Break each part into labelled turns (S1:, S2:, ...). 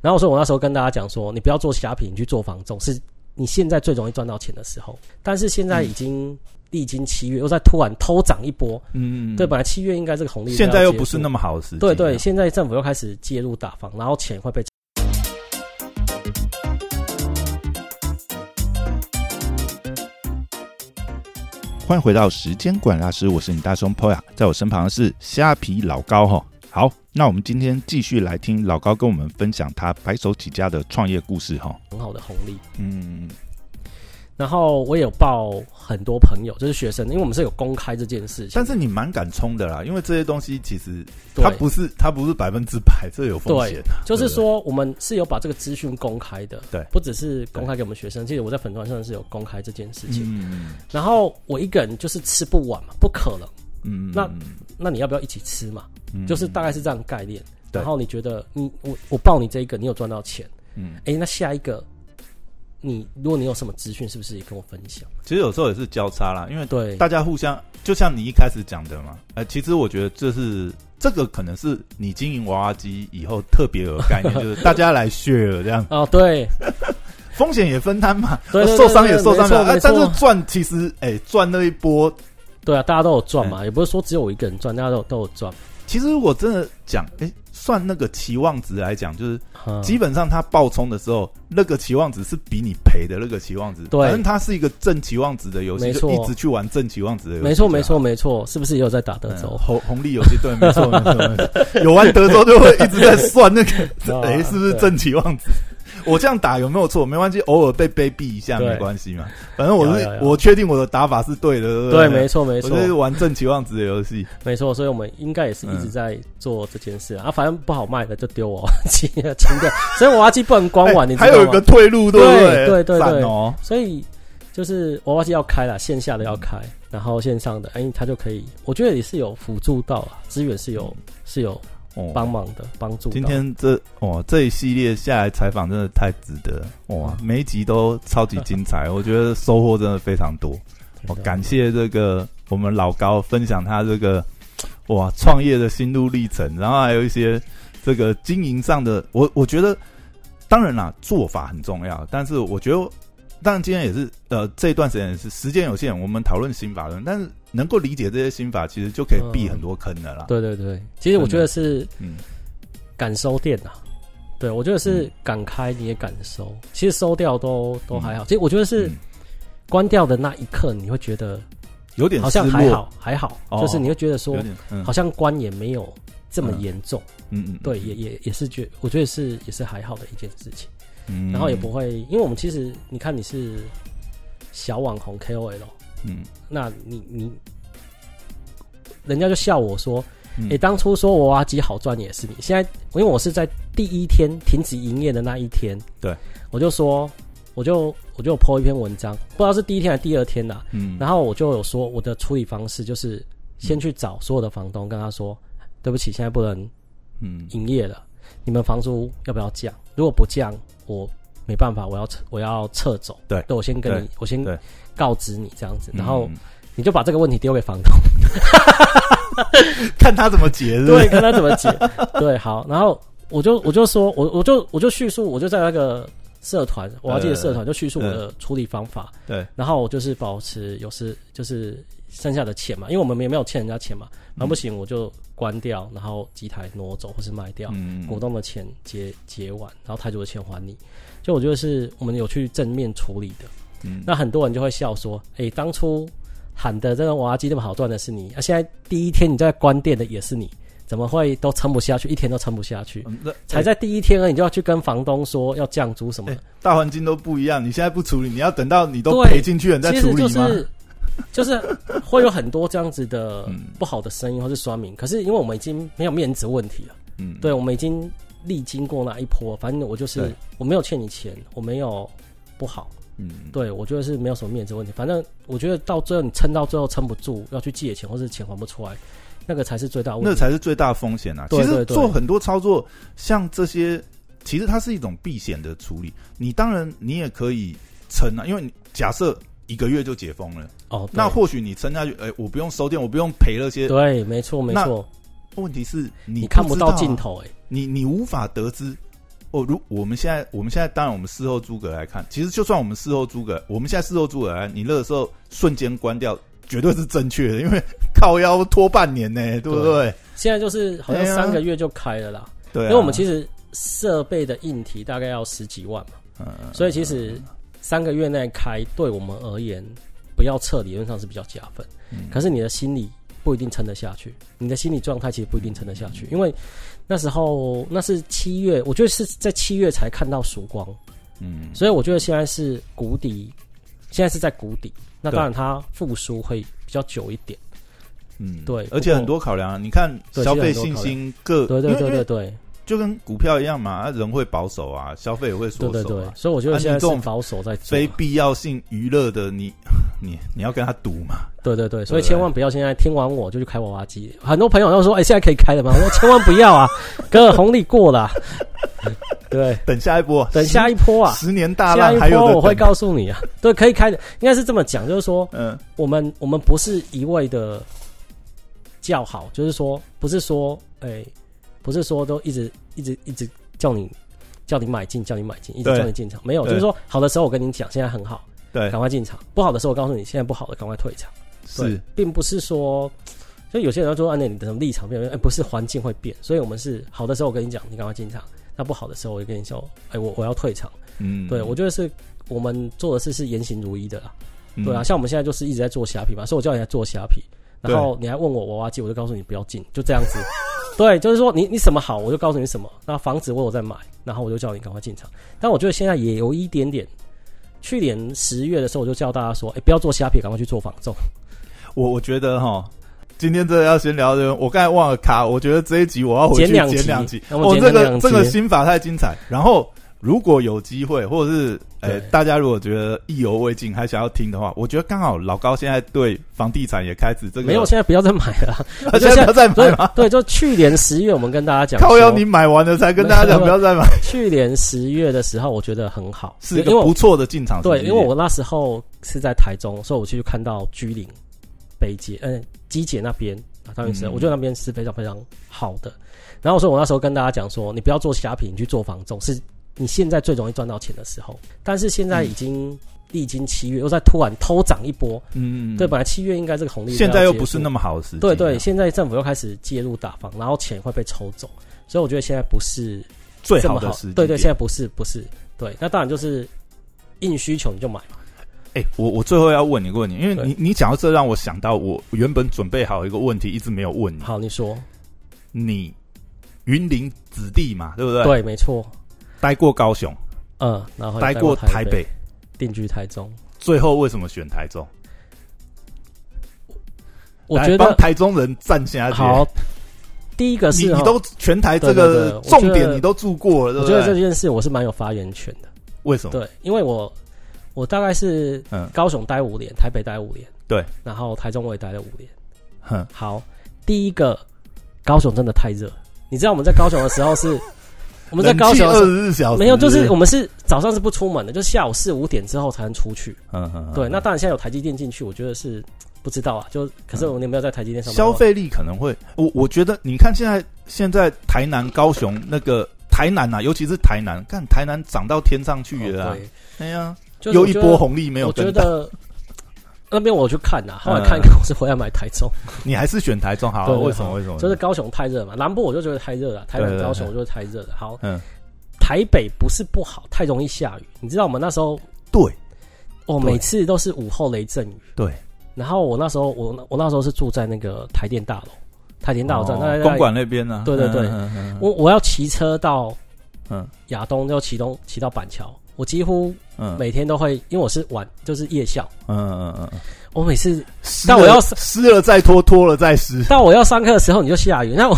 S1: 然后所以我那时候跟大家讲说，你不要做虾皮，你去做房仲，是你现在最容易赚到钱的时候。但是现在已经历经七月，又在突然偷涨一波，
S2: 嗯，
S1: 对，本来七月应该这个红利
S2: 现在又不是
S1: 么。
S2: 那么好的时啊机，
S1: 对对，，现在政府又开始介入打房，然后钱会被。
S2: 欢迎回到时间管大师，我是你大松 Poya，在我身旁的是虾皮老高哈。好，那我们今天继续来听老高跟我们分享他白手起家的创业故事哈。
S1: 很好的红利。
S2: 嗯，
S1: 然后我也有报很多朋友，就是学生，因为我们是有公开这件事情。
S2: 但是你蛮敢冲的啦，因为这些东西其实
S1: 对
S2: 它不是它不是百分之百，这有风险啊。
S1: 就是
S2: 对不对，
S1: 说我们是有把这个资讯公开的，
S2: 对
S1: 不只是公开给我们学生，其实我在粉团上是有公开这件事情。
S2: 嗯
S1: 然后我一个人就是吃不完嘛，不可能，
S2: 嗯
S1: 那那你要不要一起吃嘛？
S2: 嗯
S1: 就是大概是这样的概念。
S2: 对
S1: 然后你觉得你我我报你这一个，你有赚到钱，哎
S2: 嗯，
S1: 诶，那下一个你如果你有什么资讯，是不是也跟我分享？
S3: 其实有时候也是交叉啦，因为
S1: 对，
S3: 大家互相，就像你一开始讲的嘛，呃，其实我觉得这是这个可能是你经营娃娃机以后特别有 概念，就是大家来 share 这样，
S1: 哦，对，
S3: 风险也分摊嘛，
S1: 对
S3: 呃
S1: 对对
S3: 受伤也受
S1: 没
S3: 伤了，
S1: 错
S3: 啊
S1: 没，错
S3: 但是赚其实哎赚、那一波，
S1: 对啊，大家都有赚嘛，也不是说只有我一个人赚，大家都有都有赚。
S3: 其实我真的讲，哎、算那个期望值来讲，就是
S1: 嗯
S3: 基本上它爆冲的时候，那个期望值是比你赔的那个期望值，
S1: 对
S3: 反正它是一个正期望值的游戏，
S1: 没
S3: 就
S1: 错
S3: 一直去玩正期望值的游戏，啊
S1: 没错，没错，。没错，是不是也有在打德州
S3: 嗯？红红利游戏，对，没错，没错，没错。 有玩德州就会一直在算那个，
S1: 啊
S3: 哎、是不是
S1: 对
S3: 正期望值？我这样打有没有错？没关系，偶尔被卑鄙一下
S1: 对
S3: 没关系嘛。反正我是
S1: 有有有
S3: 我确定我的打法是对的，对不
S1: 对，
S3: 对？
S1: 没错，没
S3: 我
S1: 错，
S3: 就是玩正期望值的游戏。
S1: 没错，所以我们应该也是一直在做这件事啊。啊反正不好卖的就丢我 清掉，清掉。所以娃娃机不能光玩，
S3: 哎
S1: 你知
S3: 还
S1: 道吗？
S3: 有一个退路，不对？
S1: 对对对
S3: 赞
S1: 对
S3: 哦，
S1: 所以就是娃娃机要开了，线下的要开，然后线上的，哎，它就可以，我觉得也是有辅助到啊，资源是有
S3: 嗯
S1: 是有
S3: 哦
S1: 帮忙的，帮助到。
S3: 今天这哦这一系列下来采访真的太值得了哇！每一集都超级精彩，我觉得收获真的非常多。我、
S1: 真的
S3: 哦感谢这个我们老高分享他这个哇创业的心路历程，然后还有一些这个经营上的，我我觉得当然啦，做法很重要，但是我觉得。当然，今天也是呃，这一段时间也是时间有限，我们讨论心法论，但是能够理解这些心法，其实就可以避
S1: 嗯
S3: 很多坑的啦。
S1: 对对对，其实我觉得是
S3: 嗯，
S1: 敢收店呐、对我觉得是
S3: 嗯
S1: 敢开你也敢收，其实收掉都都还好。
S3: 嗯
S1: 其实我觉得是
S3: 嗯
S1: 关掉的那一刻，你会觉得
S3: 有点
S1: 好像
S3: 失
S1: 还
S3: 落
S1: 好，还好，
S3: 哦
S1: 就是你会觉得说
S3: 有点嗯
S1: 好像关也没有这么严重，
S3: 嗯嗯，
S1: 对，也也也是觉，我觉得是也是还好的一件事情。
S3: 嗯
S1: 然后也不会，因为我们其实你看你是小网红 KOL，
S3: 嗯，
S1: 那你你人家就笑我说，
S3: 嗯
S1: 诶，当初说娃娃机好赚也是你，现在因为我是在第一天停止营业的那一天，
S3: 对，
S1: 我就说，我就我就 po 一篇文章，不知道是第一天还是第二天啦、
S3: 嗯，
S1: 然后我就有说我的处理方式就是先去找所有的房东，跟他说，对不起，现在不能
S3: 嗯
S1: 营业了，你们房租要不要降？如果不降，我没办法，我要撤，我要撤走。
S3: 对
S1: 对我先跟你
S3: 对，
S1: 我先
S3: 对
S1: 告知你这样子，
S3: 嗯
S1: 然后你就把这个问题丢给房 东，
S3: 看他怎么解，是不
S1: 对，
S3: 是
S1: 看他怎么解。对，好，然后我就我就说，我我就我就叙述，我就在那个社团，我要记得社团就叙述我的处理方法，
S3: 对，
S1: 然后我就是保持有时就是剩下的钱嘛，因为我们也没有欠人家钱嘛，那不行我就关掉，然后机台挪走或是卖掉，
S3: 嗯
S1: 股东的钱结结完，然后台主的钱还你。就我觉得是我们有去正面处理的。
S3: 嗯
S1: 那很多人就会笑说：“诶，当初喊的这个娃娃机那么好赚的是你，啊，现在第一天你在关店的也是你，怎么会都撑不下去，一天都撑不下去？
S3: 嗯那
S1: 才在第一天啊而已你就要去跟房东说要降租什么
S3: 哎
S1: 的
S3: 哎，大环境都不一样，你现在不处理，你要等到你都
S1: 对
S3: 赔进去了你再
S1: 其
S3: 处
S1: 实
S3: 理
S1: 就
S3: 吗？
S1: 是呃就是会有很多这样子的
S3: 嗯
S1: 不好的声音或是酸民，可是因为我们已经没有面子问题了。”
S3: 嗯，
S1: 对，我们已经历经过那一波，反正我就是
S3: 对
S1: 我没有欠你钱，我没有不好，
S3: 嗯，
S1: 对我觉得是没有什么面子问题。反正我觉得到最后你撑到最后撑不住，要去借钱或是钱还不出来，那个才是最大的问
S3: 那
S1: 题。
S3: 才是最大的风险啊！
S1: 对
S3: 其
S1: 对
S3: 实
S1: 对
S3: 做很多操作，像这些，其实它是一种避险的处理。你当然你也可以撑啊，因为你假设一个月就解封了，
S1: 哦，对
S3: 那或许你撑下去，哎，我不用收店，我不用赔那些。
S1: 对，没错没
S3: 那
S1: 错，
S3: 问题是你
S1: 看不
S3: 知道
S1: 到
S3: 啊
S1: 尽头哎、欸
S3: 你你无法得知哦，如我们现在，我们现在当然我们事后诸葛来看，其实就算我们事后诸葛，我们现在事后诸葛来，你那个时候瞬间关掉，绝对是正确的，因为 靠腰拖半年呢、对不对？
S1: 现在就是好像
S3: 哎呀
S1: 三个月就开了啦，
S3: 对、啊，
S1: 因为我们其实设备的硬体大概要十几万嘛，
S3: 嗯，
S1: 所以其实三个月内开对我们而言，不要撤理论上是比较加分，
S3: 嗯
S1: 可是你的心理不一定撑得下去，你的心理状态其实不一定撑得下去，因为那时候那是七月，我觉得是在七月才看到曙光，
S3: 嗯，
S1: 所以我觉得现在是谷底，现在是在谷底，那当然它复苏会比较久一点，
S3: 嗯，
S1: 对
S3: 而且很多考量啊，你看
S1: 对
S3: 消费
S1: 其实很多考
S3: 信
S1: 量
S3: 心各，
S1: 对对
S3: 因为
S1: 对对，对
S3: 就跟股票一样嘛，啊人会保守啊，消费也会
S1: 对
S3: 缩
S1: 对
S3: 手
S1: 对
S3: 啊，，
S1: 所以我觉
S3: 啊
S1: 得
S3: 你
S1: 现在
S3: 这种
S1: 是保守在做
S3: 非。必要性娱乐的你， 你你要跟他赌嘛，
S1: 对对对，所以
S3: 对
S1: 千万不要现在听完我就去开娃娃机。很多朋友都说：“哎、现在可以开了吗？”我说：“千万不要 啊，哥，红利过了啊、对，
S3: 等下一波，
S1: 等下一波啊，
S3: 十年大
S1: 下
S3: 浪
S1: 一
S3: 还有
S1: 波
S3: 的
S1: 我会告诉你啊。对，可以开的，应该是这么讲，就是说
S3: 嗯
S1: 我们我们不是一味的叫好，就是说不是说哎、不是说都一直一直一直叫你叫你买进，叫你买进，一直
S3: 对
S1: 叫你进场，没有，
S3: 对
S1: 就是说好的时候我跟你讲，现在很好，
S3: 对
S1: 赶快进场；不好的时候我告诉你，现在不好了，赶快退场。对
S3: 是，
S1: 并不是说，就有些人说，啊，那你的立场变了，哎、不是环境会变，所以我们是好的时候我跟你讲，你赶快进场；那不好的时候我就跟你说，哎、我我要退场。
S3: 嗯，
S1: 对我觉得是我们做的事是言行如一的啦。
S3: 嗯
S1: 对啊，，像我们现在就是一直在做虾皮嘛，所以我叫你来做虾皮，然后你还问我娃娃机，我就告诉你不要进，就这样 子。对，就是说你你什么好，我就告诉你什么。那房子我有在买，然后我就叫你赶快进场。但我觉得现在也有一点点，去年十月的时候我就叫大家说，哎、不要做虾皮，赶快去做房仲。
S3: 我我觉得哈，今天这个要先聊的，我刚才忘了卡，我觉得这一集我要回去
S1: 剪两集
S3: 剪两集，哦
S1: 那我们
S3: 这
S1: 剪
S3: 个
S1: 两集
S3: 这个心法太精彩。然后如果有机会，或者是呃
S1: 对
S3: 大家如果觉得意犹未尽，还想要听的话，我觉得刚好老高现在对房地产也开始这个
S1: 没有，，现在不要再买了 啊。
S3: 他现在不要再买
S1: 对
S3: 了。
S1: 对，就去年十月我们跟大家讲说，
S3: 靠要你买完了才跟大家讲不要再买，
S1: 去年十月的时候，我觉得很好，
S3: 是一
S1: 因
S3: 个
S1: 为我
S3: 不错的进场时
S1: 对，
S3: 机
S1: 因为我那时候是在台中，所以我去看到居林、北捷，嗯、机姐那边啊，当然是，
S3: 嗯
S1: 我觉得那边是非常非常好的。然后所以我那时候跟大家讲说，你不要做虾皮，你去做房仲，是你现在最容易赚到钱的时候。但是现在已经历经七月，又在突然偷涨一波，
S3: 嗯，嗯
S1: 对，？本来七月应该这个红利
S3: 现在又不是
S1: 么。
S3: 那么好的时机，
S1: 对对，，现在政府又开始介入打房，然后钱会被抽走，所以我觉得现在不是
S3: 最
S1: 这
S3: 好
S1: 么
S3: 的时机，
S1: 对对，现在不是不是，对，那当然就是硬需求你就买嘛，
S3: 哎、我我最后要问你一个问题，因为
S1: 对
S3: 你你讲到这，让我想到我原本准备好一个问题，一直没有问你。
S1: 好，你说
S3: 你云林子弟嘛，对不对？，
S1: 对，没错，
S3: 待过高雄，
S1: 嗯，然后也
S3: 待
S1: 过
S3: 过台
S1: 北，
S3: 北，
S1: 定居台中，
S3: 最后为什么选台中？
S1: 我
S3: 来
S1: 觉
S3: 帮
S1: 得
S3: 台中人站下去。
S1: 好，第一个
S3: 你
S1: 是
S3: 你
S1: 哈
S3: 都全台这
S1: 对对对
S3: 个
S1: 我觉得
S3: 重点你都住过了，
S1: 我
S3: 对
S1: 觉得
S3: 不
S1: 这
S3: 对？
S1: 件事我是蛮有发言权的，
S3: 为什么？
S1: 对，因为我我大概是
S3: 嗯
S1: 高雄待五年，台北待五年，
S3: 对，
S1: 然后台中我也待了五年。
S3: 哼，
S1: 好，第一个，高雄真的太热。你知道我们在高雄的时候 是，我
S3: 我
S1: 们在高雄的
S3: 二
S1: 时候
S3: 十四小时
S1: 没有，就是
S3: 不
S1: 我们是早上是不出门的，就是下午四五点之后才能出去。
S3: 嗯嗯，嗯
S1: 对，那当然现在有台积电进去，我觉得是不知道啊。就可是我有没有在台积电上班？
S3: 消费力可能会，我我觉得，你看现在现在台南、高雄那个台南啊，尤其是台南，看台南涨到天上去了、啊，
S1: 哦对，
S3: 哎呀，
S1: 就是
S3: 又
S1: 我
S3: 一
S1: 觉得
S3: 波红利没有
S1: 我觉
S3: 跟到，
S1: 得那边我去看呐、后来
S3: 嗯
S1: 看一看，我是回来买台中，
S3: 你还是选台中好啊、
S1: 对对
S3: 为什么？
S1: 好
S3: 为什么？
S1: 就是高雄太热嘛，南部我就觉得太热了，台
S3: 对
S1: 南、
S3: 对
S1: 高雄
S3: 对
S1: 我觉得太热了。好，
S3: 嗯
S1: 台北不是不好，太容易下雨。你知道我们那时候
S3: 对
S1: 我
S3: 对
S1: 每次都是午后雷阵雨，
S3: 对，
S1: 然后我那时候我那我那时候是住在那个台电大楼，台电大楼站，
S3: 哦
S1: 大概在
S3: 公馆那边呢、
S1: 对对对
S3: 嗯嗯
S1: 我我要骑车到
S3: 嗯
S1: 亚东，就骑东骑到板桥，我几乎
S3: 嗯
S1: 每天都会，因为我是晚就是夜校，
S3: 嗯嗯嗯嗯，
S1: 我每次
S3: 湿
S1: 但我
S3: 了
S1: 要
S3: 湿了再拖，拖了再湿，
S1: 到我要上课的时候你就下雨， 那我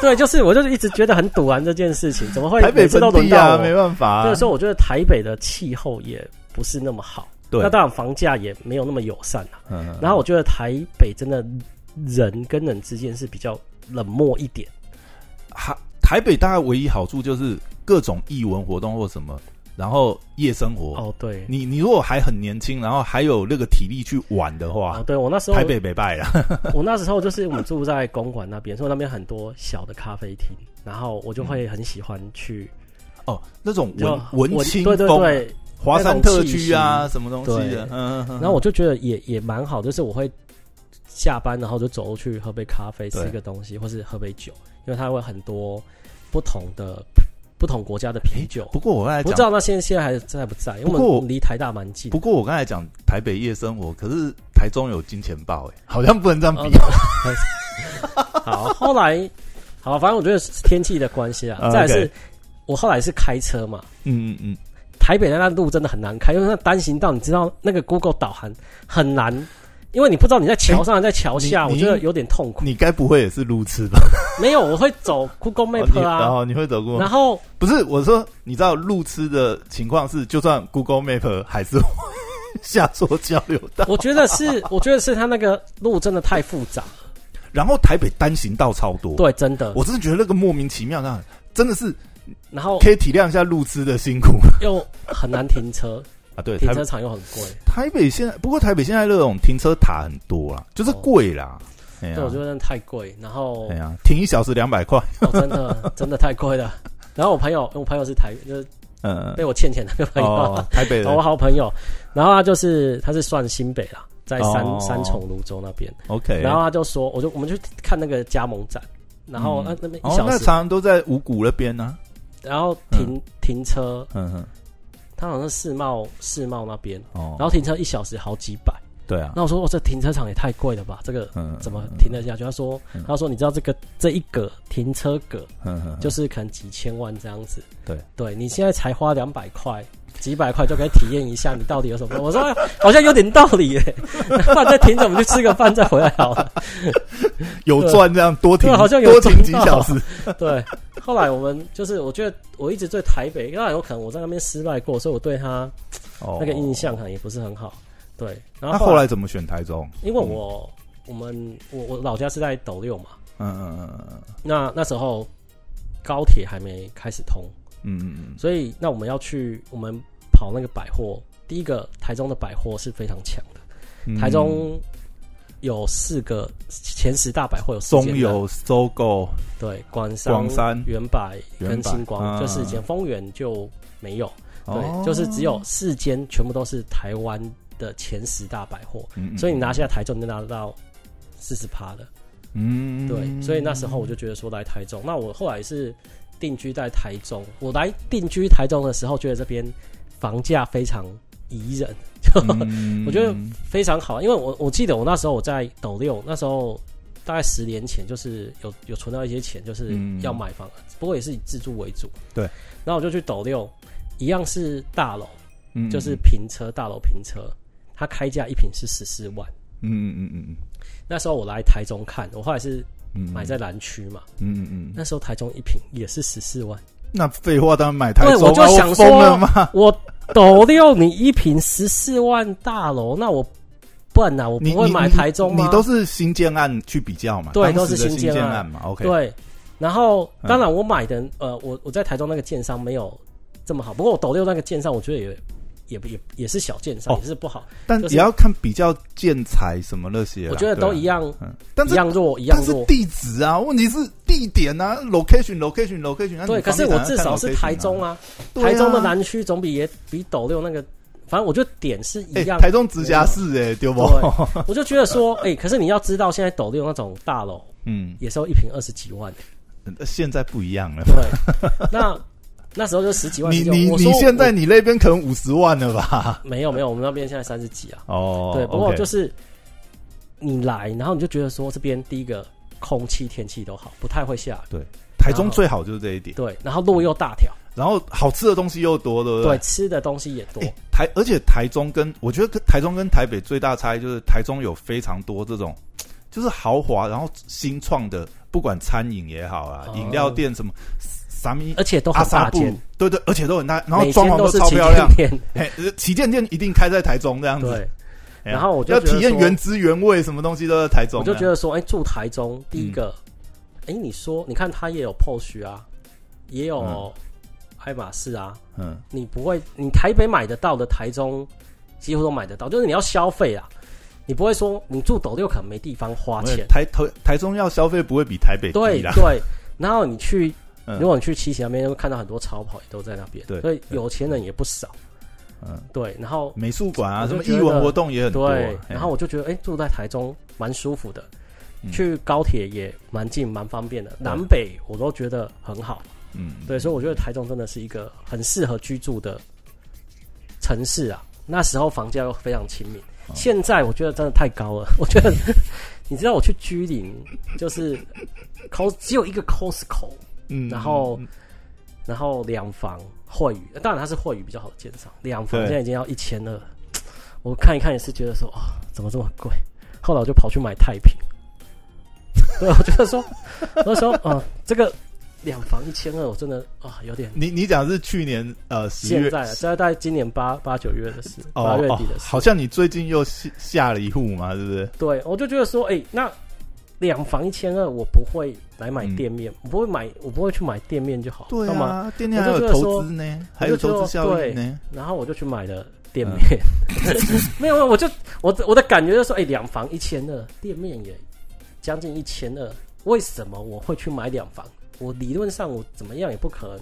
S1: 对，就是我就是一直觉得很堵然这件事情，怎么会
S3: 台北
S1: 每次
S3: 盆
S1: 都轮
S3: 地
S1: 到
S3: 啊，
S1: 我？
S3: 没办法、
S1: 那
S3: 啊
S1: 个时，候我觉得台北的气候也不是那么好，
S3: 对
S1: 那，当然房价也没有那么友善啊。
S3: 嗯嗯
S1: 然后我觉得台北真的人跟人之间是比较冷漠一点。
S3: 哈台北大概唯一好处就是各种艺文活动或什么，然后夜生活。
S1: 哦，对，
S3: 你你如果还很年轻，然后还有那个体力去玩的
S1: 哦
S3: 话，，
S1: 对我那时候
S3: 台北北拜了。 啊
S1: 我那时候就是我们住在公馆那边，所以那边很多小的咖啡厅，然后我就会很喜欢去
S3: 哦，那种
S1: 就
S3: 文文青
S1: 对对
S3: 风啊，
S1: 对。
S3: 华山特区啊，
S1: 那
S3: 什么东西的
S1: 对。
S3: 嗯嗯嗯
S1: 然后我就觉得也也蛮好，就是我会下班然后就走出去喝杯咖啡，
S3: 对
S1: 吃个东西，或是喝杯酒，因为它会很多不同的不同国家的啤酒。
S3: 不过我刚才
S1: 不
S3: 讲
S1: 知道那现在现在还在不在？因为
S3: 不过
S1: 我们离台大蛮近。
S3: 不过我刚才讲台北夜生活，可是台中有金钱豹，哎， 好像不能这样比。
S1: 哦好，后来好，反正我觉得是天气的关系啊。
S3: 啊
S1: 再来是
S3: OK
S1: 我后来是开车嘛，
S3: 嗯嗯嗯，
S1: 台北的那路真的很难开，因为那单行道，你知道那个 Google 导航很难，因为你不知道你在桥上还是在桥下，
S3: 你
S1: 我
S3: 你
S1: 觉得有点痛 苦。
S3: 你该不会也是路 痴吧？
S1: 没有，我会走 Google
S3: 哦你
S1: Map
S3: 然
S1: 啊，
S3: 后你会走过
S1: 然？后
S3: 不是，我说你知道路痴的情况是，就算 Google Map 还是会 下错交流道。
S1: 我觉得 是，我觉得是他那个路真的太复杂，
S3: 然后台北单行道超多，，
S1: 对，真的。
S3: 我真的觉得那个莫名其妙，那真的是
S1: 然后
S3: 可以体谅一下路痴的辛苦
S1: 又很难停车，
S3: 啊。 对，
S1: 停
S3: 台
S1: 车场又很贵，
S3: 台北现在不过台北现在那种停车塔很多啦，就是贵啦。哎呀
S1: 哦对，我觉得真的太贵。然后
S3: 哎呀，停一小时两百 块，
S1: 哦，真的真的太贵 了。然后我朋友，我朋友是台，就是
S3: 嗯，
S1: 被我欠钱的那个朋友，
S3: 哦，台北人
S1: 我好啊朋友。然后他就是他是算新北啦，在三、
S3: 哦
S1: 三重泸州那边。
S3: OK，
S1: 然后他就说，我就我们去看那个加盟展，然后
S3: 嗯
S1: 那、那边一
S3: 哦，
S1: 小
S3: 那
S1: 时，
S3: 常常都在五谷那边呢，
S1: 然后停、停车，
S3: 嗯哼，
S1: 他好像是世贸世贸那边，
S3: 哦，
S1: 然后停车一小时好几百。
S3: 对啊，
S1: 那我说，哦，这停车场也太贵了吧？这个
S3: 嗯，
S1: 怎么停得下去？他说
S3: 嗯，
S1: 他说，你知道这个这一格停车格
S3: 嗯？嗯嗯，
S1: 就是是可能几千万这样子。
S3: 对，
S1: 对你现在才花两百块。几百块就可以体验一下你到底有什么？我说好像有点道理耶， 那不然再停着我们去吃个饭再回来好了。
S3: 有赚这样多停，
S1: 对好像有
S3: 多停几
S1: 赚到
S3: 小时，
S1: 对，后来我们就是我觉得我一直对台北，因为有可能我在那边失败过，所以我对他
S3: 哦
S1: 那个印象可能也不是很好。对，然
S3: 那
S1: 后
S3: 后
S1: 后来
S3: 来嗯怎么选台中？
S1: 因为我我们我我老家是在斗六嘛，
S3: 嗯嗯嗯嗯
S1: 那那时候高铁还没开始通，
S3: 嗯嗯
S1: 所以那我们要去我们跑那个百货，第一个台中的百货是非常强的，
S3: 嗯，
S1: 台中有四个前十大百货有四间
S3: 中油、收购、
S1: 对广商、
S3: 广山，
S1: 原百
S3: 原
S1: 跟
S3: 百
S1: 星光
S3: 嗯
S1: 这四间，丰原就没有，
S3: 哦
S1: 对，就是只有四间全部都是台湾的前十大百货，
S3: 嗯嗯
S1: 所以你拿下台中你就拿得到四十趴的。
S3: 嗯，
S1: 对，所以那时候我就觉得说来台中，那我后来是定居在台中。我来定居台中的时候，觉得这边房价非常宜人，就、
S3: 嗯
S1: 我觉得 非常好。因为我我记得我那时候我在斗六，那时候大概十年前，就是有有存到一些钱，就是
S3: 嗯
S1: 要买房，不过也是以自住为主。
S3: 对，
S1: 然后我就去斗六，一样是大楼，
S3: 嗯
S1: 就是平车，大楼平车，它开价一平是十四万。
S3: 嗯嗯嗯嗯
S1: 那时候我来台中看，我后来是
S3: 嗯
S1: 买在南区嘛，
S3: 嗯嗯嗯，
S1: 那时候台中一瓶也是十四万，
S3: 那废话当然买台中啊，
S1: 对我就想说
S3: 疯了吗？
S1: 我斗六你一瓶十四万大楼，那我笨啊，我
S3: 你
S1: 不会
S3: 你
S1: 买
S3: 你
S1: 台中吗？
S3: 你都是新建案去比较嘛？
S1: 对
S3: 当时
S1: 都是
S3: 的
S1: 新
S3: 建
S1: 建案
S3: 案嘛。OK，
S1: 对，然后
S3: 嗯
S1: 当然我买的、呃，我我在台中那个建商没有这么好，不过我斗六那个建商我觉得也也也也是小建商，
S3: 哦
S1: 也是不好，
S3: 但
S1: 就是
S3: 也要看比较建材什么那些啦，
S1: 我觉得
S3: 对啊
S1: 都一。样，
S3: 嗯，但
S1: 一
S3: 是
S1: 样弱，一样
S3: 但是
S1: 弱。
S3: 地址啊，问题是地点啊，location location location 那你
S1: 对，可
S3: 房
S1: 是
S3: 地产
S1: 我
S3: 要看 location 啊。
S1: 至少是台中啊，
S3: 对啊，
S1: 台中的南区总比也比斗六那个，反正我觉得点是一
S3: 哎，
S1: 样。嗯
S3: 台中直辖市哎，对不？
S1: 对我就觉得说，哎、可是你要知道，现在斗六那种大楼
S3: 嗯，
S1: 也收一瓶二十几万，
S3: 现在不一样了。
S1: 对，那那时候就十几万。
S3: 你
S1: 十几万
S3: 你
S1: 我说
S3: 你现在
S1: 我
S3: 你那边可能五十万了吧？
S1: 没有没有，我们那边现在三十几啊。
S3: 哦，
S1: 对，不过
S3: OK
S1: 就是你来，然后你就觉得说这边第一个空气天气都好，不太会下雨。
S3: 台中最好就是这一点，
S1: 对，然后路又大条，
S3: 然后好吃的东西又多，对不哎
S1: 对，？吃的东西也多
S3: 对，，台而且台中跟我觉得跟台中跟台北最大差异就是台中有非常多这种就是豪华，然后新创的，不管餐饮也好啊，
S1: 哦
S3: 饮料店什么啥咪
S1: 而且都
S3: 阿
S1: 很
S3: 萨
S1: 大
S3: 布
S1: 间，，
S3: 对对，而且都很大，然后
S1: 每
S3: 装潢
S1: 间都是
S3: 超
S1: 旗
S3: 漂
S1: 舰
S3: 亮。
S1: 店，
S3: 嘿，呃旗舰店一定开在台中这样子，
S1: 对。
S3: 哎呀
S1: 然后我就
S3: 要
S1: 觉得
S3: 体验
S1: 说
S3: 原汁原味，什么东西都在台中
S1: 我
S3: 这嗯
S1: 就
S3: 样。
S1: 觉得说，哎、住台中第一个，哎、你说，你看他也有 POS 啊，也有
S3: 嗯
S1: 爱马仕啊，
S3: 嗯，
S1: 你不会，你台北买得到的，台中几乎都买得到，就是你要消费啊，你不会说你住斗六可能没地方花
S3: 没有
S1: 钱，
S3: 台台台中要消费不会比台北低
S1: 对
S3: 啦，
S1: 对，然后你去
S3: 啊嗯
S1: 如果你去七期那边，会看到很多超跑也都在那边，
S3: 对
S1: 所以
S3: 对
S1: 有钱人也不少。
S3: 嗯，
S1: 对，然后
S3: 美术馆啊，
S1: 我
S3: 什
S1: 就
S3: 么
S1: 觉得
S3: 艺文活动也很多啊。
S1: 对，
S3: 嘿
S1: 然后我就觉得，哎、住在台中蛮舒服的，
S2: 嗯
S1: 去高铁也蛮近、蛮方便的，南北我都觉得很好。
S2: 嗯，
S1: 对，所以我觉得台中真的是一个很适合居住的城市啊。那时候房价又非常亲民，
S2: 哦
S1: 现在我觉得真的太高了。 我觉得，你知道我去居林就是 cos 只有一个 Costco，
S3: 嗯
S1: 然后然后两房惠宇，当然它是惠宇比较好的建商，两房
S3: 对
S1: 现在已经要一千二，我看一看也是觉得说，哦，怎么这么贵？后来我就跑去买太平， 对，我觉得说，我就说，啊、这个两房一千二，我真的啊、有点。
S3: 你你讲是去年呃十
S1: 现
S3: 月
S1: 在啊，这大概今年八八九月的事，八
S3: 哦
S1: 月
S3: 哦
S1: 底的，事。
S3: 好像你最近又下下了一户嘛，是不是？
S1: 对，我就觉得说，哎、那两房一千二，我不会来买
S2: 嗯
S1: 店面，我不会买，我不会去买店面就好，
S3: 对
S1: 干嘛？
S3: 啊，店内还
S1: 我
S3: 有
S1: 就觉得
S3: 投资呢，还有投资效益呢。
S1: 然后我就去买了店面， 没有，我就我的我的感觉就是说，哎、两房一千二，店面也将近一千二，为什么我会去买两房？我理论上我怎么样也不可能，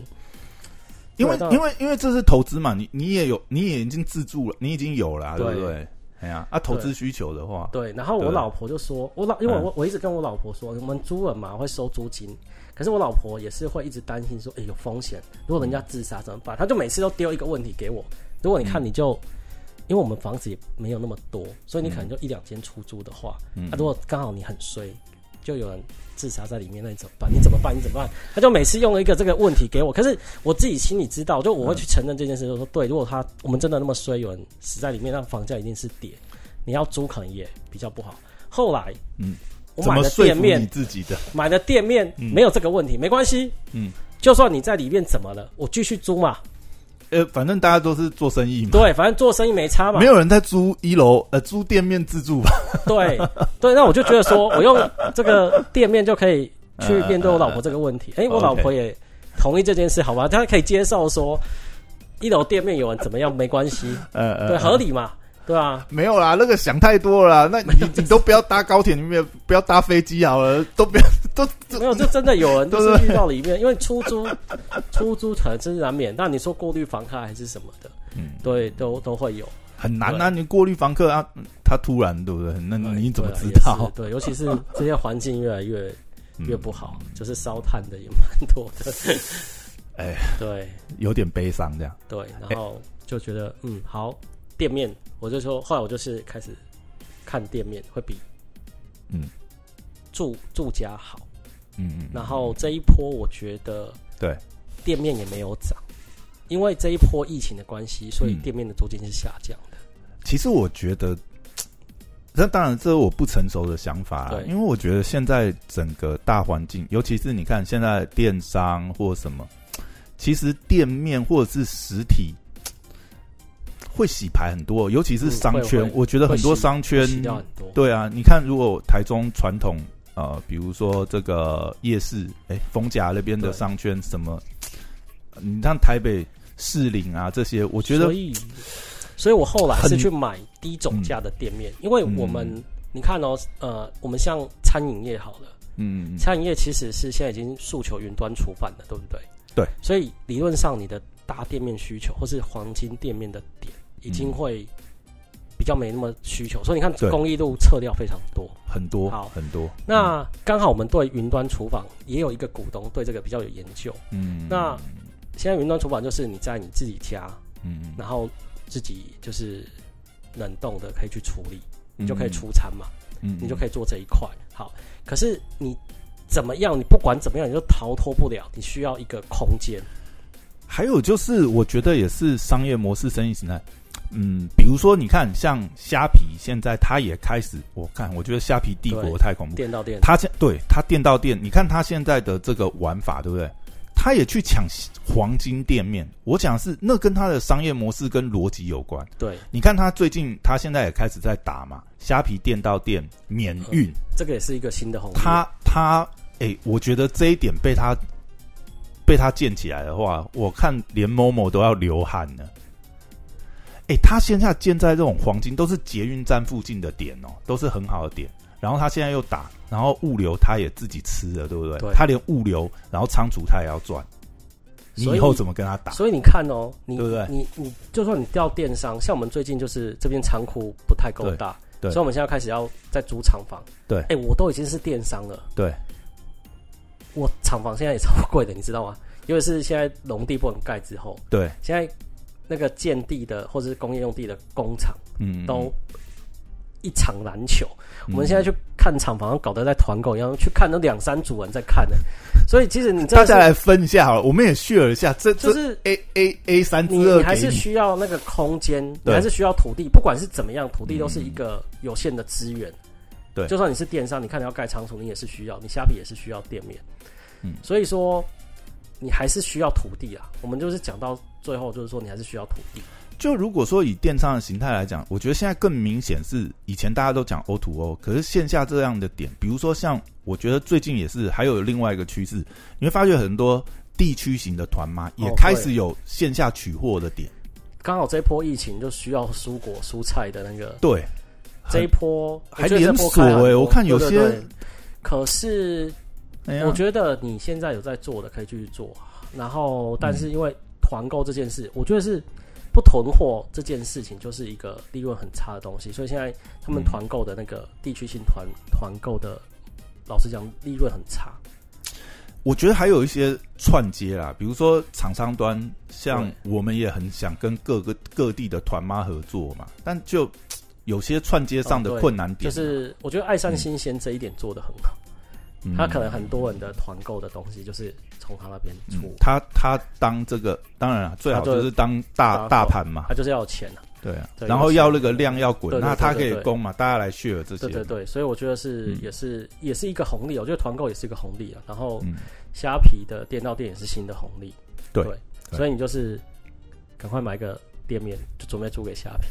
S3: 因为
S1: 对啊到
S3: 因为因为这是投资嘛，你你也有你也已经自住了，你已经有了啊，对
S1: 对
S3: 不对？哎呀，啊，投资需求的话，
S1: 对，然后我
S3: 对
S1: 老婆就说，我老因为
S3: 嗯
S1: 我我一直跟我老婆说，我们租人嘛会收租金，可是我老婆也是会一直担心说，哎、有风险，如果人家自杀怎么办？她就每次都丢一个问题给我，如果你
S3: 嗯
S1: 看你就。因为我们房子也没有那么多，所以你可能就一两间出租的话，
S2: 嗯
S1: 啊，如果刚好你很衰，就有人自杀在里面，那你怎么办？你怎么办？你怎么办？他就每次用一个这个问题给我，可是我自己心里知道，就我会去承认这件事，就
S3: 嗯
S1: 说对，如果他我们真的那么衰，有人死在里面，那房价一定是跌，你要租可能也比较不好。后来，
S2: 嗯，
S1: 我
S3: 怎
S1: 买
S3: 么
S1: 的
S3: 说
S1: 店
S3: 服你嗯
S1: 面，
S3: 自己的？
S1: 买的店面没有这个问题，没关系，
S2: 嗯，
S1: 就算你在里面怎么了，我继续租嘛，
S3: 呃，反正大家都是做生意嘛，
S1: 对，反正做生意没差嘛
S3: 没，有人在租一楼呃租店面自住吧？
S1: 对对，那我就觉得说我用这个店面就可以去
S3: 嗯
S1: 面对我老婆这个问题。哎、我老婆也同意这件事，好吧？她可以接受说一楼店面有人怎么样没关系，
S3: 呃，呃
S1: 对，合理嘛，对啊。
S3: 没有啦，那个想太多了啦。那你你都不要搭高铁，你们也不要搭飞机好了，都不要 都
S1: 没有，就真的有人就
S3: 对
S1: 是遇到里面，因为出租，出租可能真是难免。但你说过滤房客还是什么的，
S2: 嗯
S1: 对，都都会有。
S3: 很难啊！你过滤房客啊，他突然对不对？那
S1: 对
S3: 你怎么
S1: 对啊
S3: 知
S1: 也是
S3: 道？
S1: 对，尤其是这些环境越来越越不好，就是烧炭的也蛮多的。
S3: 嗯哎，
S1: 对，
S3: 有点悲伤这样。
S1: 对，然后就觉得、嗯好，店面，我就说后来我就是开始看店面会比
S2: 嗯
S1: 住住家好，
S2: 嗯嗯，
S1: 然后这一波我觉得
S3: 对
S1: 店面也没有涨，因为这一波疫情的关系，所以
S2: 嗯
S1: 店面的租金是下降的。
S3: 其实我觉得，那当然这是我不成熟的想法啦
S1: 对，
S3: 因为我觉得现在整个大环境，尤其是你看现在电商或什么，其实店面或者是实体。会洗牌很多，尤其是
S1: 嗯
S3: 商
S1: 会
S3: 圈，
S1: 会
S3: 我觉得很多
S1: 会洗
S3: 商圈
S1: 洗掉很多，
S3: 对啊，你看，如果台中传统呃，比如说这个夜市，哎、逢甲那边的
S1: 对
S3: 商圈什么，呃你像台北士林啊这些，我觉得
S1: 所以，所以我后来是
S3: 很嗯
S1: 去买低总价的店面，因为我们、你看哦，呃，我们像餐饮业好了。
S2: 嗯嗯
S1: 餐饮业其实是现在已经诉求云端储饭了，对不对？
S3: 对，
S1: 所以理论上你的大店面需求或是黄金店面的点已
S2: 嗯
S1: 经会比较没那么需求，所以你看
S3: 对
S1: 公益路撤掉非常多。
S2: 嗯
S3: 很多
S1: 好
S3: 很多。
S1: 那刚好我们对云端厨房也有一个股东对这个比较有研究。
S2: 嗯，
S1: 那现在云端厨房就是你在你自己家，
S2: 嗯
S1: 然后自己就是冷冻的可以去处理，
S2: 嗯
S1: 你就可以出餐嘛。
S2: 嗯，
S1: 你就可
S2: 以
S1: 以做这一块。好，可是你怎么样，你不管怎么样，你就逃脱不了，你需要一个空间。
S3: 还有就是，我觉得也是商业模式、生意形态。嗯，比如说，你看，像虾皮，现在它也开始，我看，我觉得虾皮帝国
S1: 对
S3: 太恐怖了。
S1: 店到店，
S3: 他现对他店到店，你看他现在的这个玩法，对不对？他也去抢黄金店面，我讲是那跟他的商业模式跟逻辑有关。
S1: 对
S3: 你看他最近，他现在也开始在打嘛，虾皮店到店免运，
S1: 这个也是一个新的红利。
S3: 他他哎、我觉得这一点被他被他建起来的话，我看连某某都要流汗了。哎、他现在建在这种黄金都是捷运站附近的点哦，都是很好的点。然后他现在又打，然后物流他也自己吃了，对不对？
S1: 对
S3: 他连物流，然后仓储他也要赚，你
S1: 所以
S3: 以后怎么跟他打？
S1: 所以你看哦，你
S3: 对不对
S1: 你你就算你调电商，像我们最近就是这边仓库不太够大，
S3: 对对
S1: 所以我们现在开始要在租厂房。
S3: 对
S1: 哎、我都已经是电商了，
S3: 对，
S1: 我厂房现在也超贵的，你知道吗？尤其是现在农地不能盖之后，
S3: 对，
S1: 现在那个建地的或者是工业用地的工厂
S3: 嗯，
S1: 都一场难求。
S3: 嗯
S1: 我们现在去看厂房，搞得在团购一样，去看都两三组人在看呢。所以其实你真
S3: 嗯大
S1: 的
S3: 家
S1: 是
S3: 来分一下好了，我们也 share 一下，这
S1: 就
S3: 这
S1: 是
S3: A A A 三之
S1: 你
S3: 二
S1: 你还
S3: 给
S1: 是
S3: 你，
S1: 需要那个空间，你
S3: 对
S1: 还是需要土地，不管是怎么样，土地都是一个
S3: 嗯
S1: 有限的资源。
S3: 对
S1: 就算你是电商，你看你要盖仓储，你也是需要，你虾皮也是需要店面。
S3: 嗯
S1: 所以说你还是需要土地啊。我们就是讲到最后，就是说你还是需要土地。
S3: 就如果说以电商的形态来讲，我觉得现在更明显是以前大家都讲 O to O，可是线下这样的点，比如说像我觉得最近也是还有另外一个趋势，你会发觉很多地区型的团妈也
S1: 哦
S3: 开始有线下取货的点，
S1: 刚好这一波疫情就需要蔬果蔬菜的那个
S3: 对，啊
S1: 这一波，
S3: 还
S1: 我觉得这波
S3: 连锁
S1: 开很多
S3: 欸我看有
S1: 对对
S3: 些
S1: 对可是
S3: 哎呀
S1: 我觉得你现在有在做的可以继续做，然
S3: 嗯
S1: 后但是因为团购这件事，我觉得是不囤货这件事情就是一个利润很差的东西，所以现在他们
S3: 嗯
S1: 团购的那个地区性团团购的，老实讲利润很差。
S3: 我觉得还有一些串接啦，比如说厂商端，像我们也很想跟各个各地的团妈合作嘛，但就嘖有些串接上
S1: 哦
S3: 的
S1: 对
S3: 困难
S1: 就
S3: 点啊、
S1: 是我觉得爱上新鲜这一点做的很好，
S3: 嗯
S1: 他可能很多人的团购的东西就是从他那边
S3: 嗯
S1: 出，
S3: 他他当这个当然啊，最好
S1: 他就
S3: 就是当
S1: 大
S3: 大大盘嘛
S1: 他，就是要有钱啊。
S3: 对啊，
S1: 对
S3: 然后要那个量要滚，
S1: 对对
S3: 那他可
S1: 对
S3: 以
S1: 对对
S3: 供嘛，大家来 share 这些，
S1: 对对，对，所以我觉得是、
S3: 嗯
S1: 也是也是一个红利，我觉得团购也是一个红利啊。然后
S3: 嗯，
S1: 虾皮的店到店也是新的红利，
S3: 对对
S1: 所以你就是赶快买个店面，就准备租给虾皮。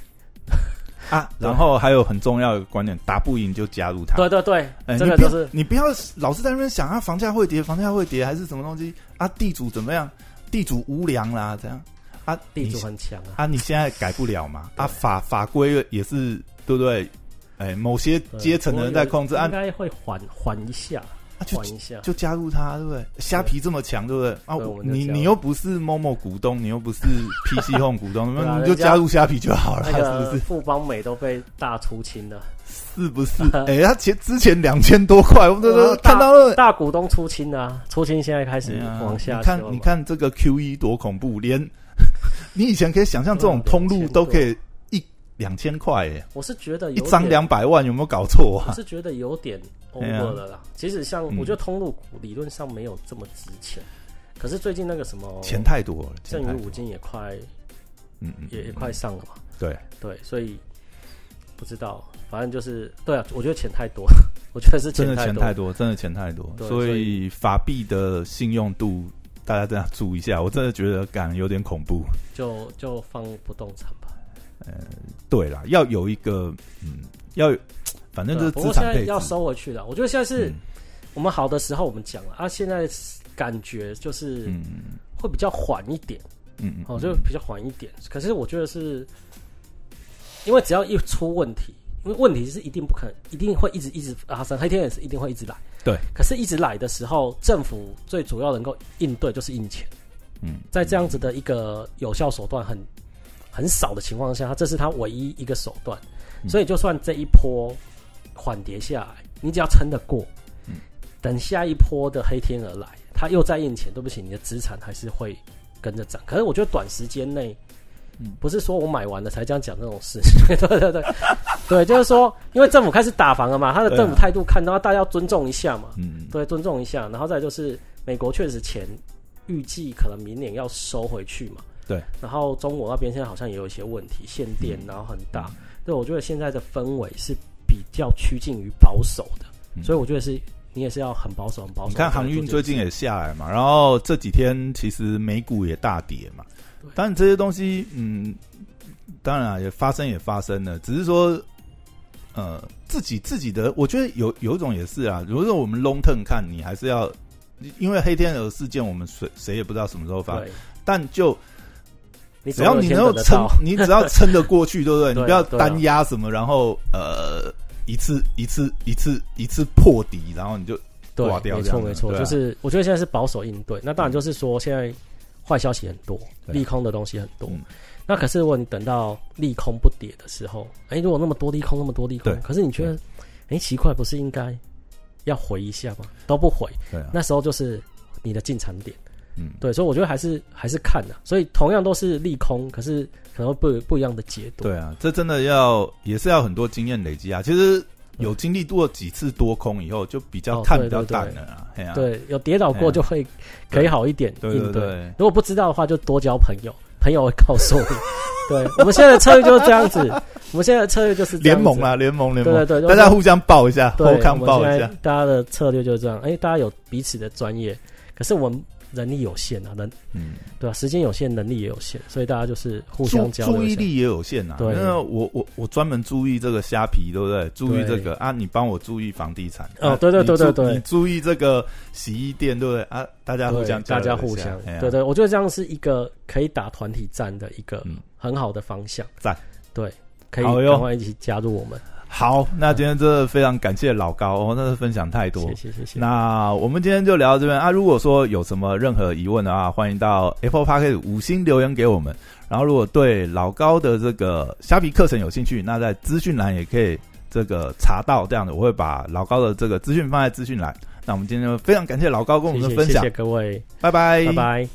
S3: 啊，
S1: 对
S3: 然后还有很重要的观点，打不赢就加入他，
S1: 对对对，
S3: 哎，
S1: 这
S3: 你
S1: 个
S3: 不
S1: 就
S3: 要
S1: 是
S3: 你不要老是在那边想啊，房价会跌，房价会跌还是什么东西啊？地主怎么样？地主无良啦，怎样啊？
S1: 地
S3: 你
S1: 主很强啊。
S3: 啊，你现在改不了嘛？
S1: 对
S3: 啊，法法规也是对不对？哎，某些
S1: 对
S3: 阶层的人在控制，
S1: 我
S3: 啊
S1: 应该会缓缓一下，
S3: 啊就
S1: 缓一下。
S3: 就加入他，对不对？虾皮这么强，对不对？啊
S1: 对我，们就
S3: 你
S1: 加入
S3: 你又不是某某股东，你又不是 PC Home 股东，
S1: 对啊
S3: 那你
S1: 人
S3: 就
S1: 家
S3: 加入虾皮就好了，
S1: 那
S3: 是
S1: 个
S3: 不是？
S1: 富邦美都被大出清了，
S3: 是 不是？哎，他前之前两千多块，我们都
S1: 对啊
S3: 都看到了，
S1: 大股东出清了啊，出清现在开
S3: 哎
S1: 始
S3: 呀
S1: 往下
S3: 你
S1: 修了嘛、
S3: 看，你看这个 Q 一多恐怖，连 你以前可以想象这种
S1: 对啊
S3: 通路都可以一两千块，哎，
S1: 我是觉啊得有
S3: 一张
S1: 点
S3: 两百万，有没有搞错
S1: 我
S3: 啊？
S1: 是觉得有点
S3: 哎呀
S1: over 了啦。其实像
S3: 嗯
S1: 我觉得通路股理论上没有这么值钱，可是最近那个什么
S3: 钱太多了，钱
S1: 正
S3: 太
S1: 宇
S3: 多
S1: 五，金也快
S3: 嗯嗯，
S1: 也也
S3: 嗯
S1: 快上了嘛，
S3: 对，
S1: 对，所以不知道，反正就是对啊，我觉得钱太多，我觉得是
S3: 真
S1: 钱
S3: 的钱
S1: 多
S3: 太。多，真的钱太多，
S1: 对
S3: 所
S1: 所
S3: 以法币的信用度。大家这样注意一下，我真的觉得感有点恐怖。
S1: 就就放不动产吧。
S3: 对啦，要有一个嗯，要有反正就
S1: 对
S3: 是
S1: 啊不
S3: 资
S1: 过现
S3: 产
S1: 在
S3: 配
S1: 要
S3: 置。
S1: 收回去了，我觉得现在是
S3: 嗯
S1: 我们好的时候我们讲了啊，现在感觉就是
S3: 嗯嗯
S1: 会比较缓一点。
S3: 嗯嗯，
S1: 哦，就比较缓一点。可是我觉得是，因为只要一出问题，因为问题是一定不可能，一定会一直一直发生，黑天也是一定会一直来。
S3: 对。
S1: 可是，一直来的时候，政府最主要能够应对就是印钱，
S3: 嗯，
S1: 在这样子的一个有效手段很很少的情况下，这是他唯一一个手段。
S3: 嗯
S1: 所以，就算这一波缓跌下来，你只要撑得过，
S3: 嗯
S1: 等下一波的黑天鹅来，它又在印钱，对不起，你的资产还是会跟着涨。可是我觉得短时间内
S3: 嗯，
S1: 不是说我买完了才这样讲这种事， 对对对，对，就是说，因为政府开始打房了嘛，他的
S3: 对啊
S1: 政府态度看到大家要尊重一下嘛，
S3: 嗯，嗯
S1: 对，尊重一下。然后再就是美国确实钱预计可能明年要收回去嘛，
S3: 对。
S1: 然后中国那边现在好像也有一些问题，限电
S3: 嗯
S1: 然后很大，对我觉得现在的氛围是比较趋近于保守的，
S3: 嗯
S1: 所以我觉得是你也是要很保守，很保守。
S3: 你看航运最近也下来嘛，然后这几天其实美股也大跌嘛
S1: 对。
S3: 当然这些东西，嗯，当然、啊、也发生也发生了，只是说，呃，自己自己的，我觉得有有一种也是啊，如果我们 long term 看，你还是要，因为黑天鹅事件，我们谁谁也不知道什么时候发生，
S1: 对，
S3: 但就
S1: 你
S3: 只要
S1: 总有
S3: 你
S1: 一天
S3: 能够
S1: 等得
S3: 撑
S1: 到，
S3: 你只要撑得过去，对不对？
S1: 对啊
S3: 你不要
S1: 对啊
S3: 单压什么，然后呃，一次一次一次一次破底，然后你就
S1: 对
S3: 挂，掉
S1: 没
S3: 这样
S1: 错
S3: 子
S1: 没错，
S3: 对啊嗯
S1: 就是我觉得现在是保守应对。那当然就是说，现在坏消息很多，
S3: 对啊
S1: 利空的东西很多
S3: 嗯。
S1: 那可是如果你等到利空不跌的时候，哎，如果那么多利空，那么多利空
S3: 对，
S1: 可是你觉得，哎，奇怪，不是应该要回一下吗？都不回，
S3: 对啊，
S1: 那时候就是你的进场点。
S3: 嗯，
S1: 对，所以我觉得还是还是看的、所以同样都是利空，可是可能会不不一样的解读。
S3: 对啊，这真的要也是要很多经验累积啊。其实有经历过几次多空以后，就比较
S1: 哦
S3: 看
S1: 对
S3: 比较
S1: 对对
S3: 淡了啊。嘿啊
S1: 对，有跌倒
S3: 哎呀
S1: 过就会可以好一点
S3: 对
S1: 应
S3: 对对
S1: 如果不知道的话，就多交朋友，朋友会告诉你。 对，我们现在的策略就是这样子，我们现在的策略就是这样
S3: 联
S1: 子
S3: 盟。啦，联盟联
S1: 对
S3: 盟
S1: 对，对，
S3: 大家互相抱一下，
S1: 对
S3: 后，康
S1: 我
S3: 抱
S1: 们
S3: 一
S1: 现在
S3: 下。
S1: 大家的策略就是这样。哎，大家有彼此的专业，可是我们人力有限啊，人
S3: 嗯，
S1: 对吧、时间有限，能力也有限，所以大家就是互
S3: 注
S1: 相交流
S3: 注
S1: 一
S3: 意
S1: 下。
S3: 力也有限啊。
S1: 对
S3: 那我我我专门注意这个虾皮，对不对？注意这个啊，你帮我注意房地产。
S1: 哦
S3: 啊
S1: 对对
S3: 你注
S1: 对对对
S3: 你注意这个洗衣店，对不对？啊，大家互
S1: 对，
S3: 相交
S1: 大
S3: 流
S1: 家
S3: 一
S1: 互
S3: 下
S1: 相
S3: 嘿，啊
S1: 对对，我觉得这样是一个可以打团体战的一个
S3: 嗯
S1: 很好的方向。
S3: 赞，
S1: 对，可以
S3: 好哟
S1: 赶快一起加入我们。
S3: 好，那今天真的非常感谢老高哦，那是分享太多
S1: 谢。谢谢谢。
S3: 那我们今天就聊到这边啊。如果说有什么任何疑问的话，欢迎到 Apple p o c k e t 五星留言给我们。然后，如果对老高的这个虾皮课程有兴趣，那在资讯栏也可以这个查到这样的。我会把老高的这个资讯放在资讯栏。那我们今天就非常感谢老高跟我们
S1: 谢
S3: 的
S1: 谢
S3: 分
S1: 谢
S3: 享，哎
S1: 谢各位，
S3: 拜拜，
S1: 拜拜。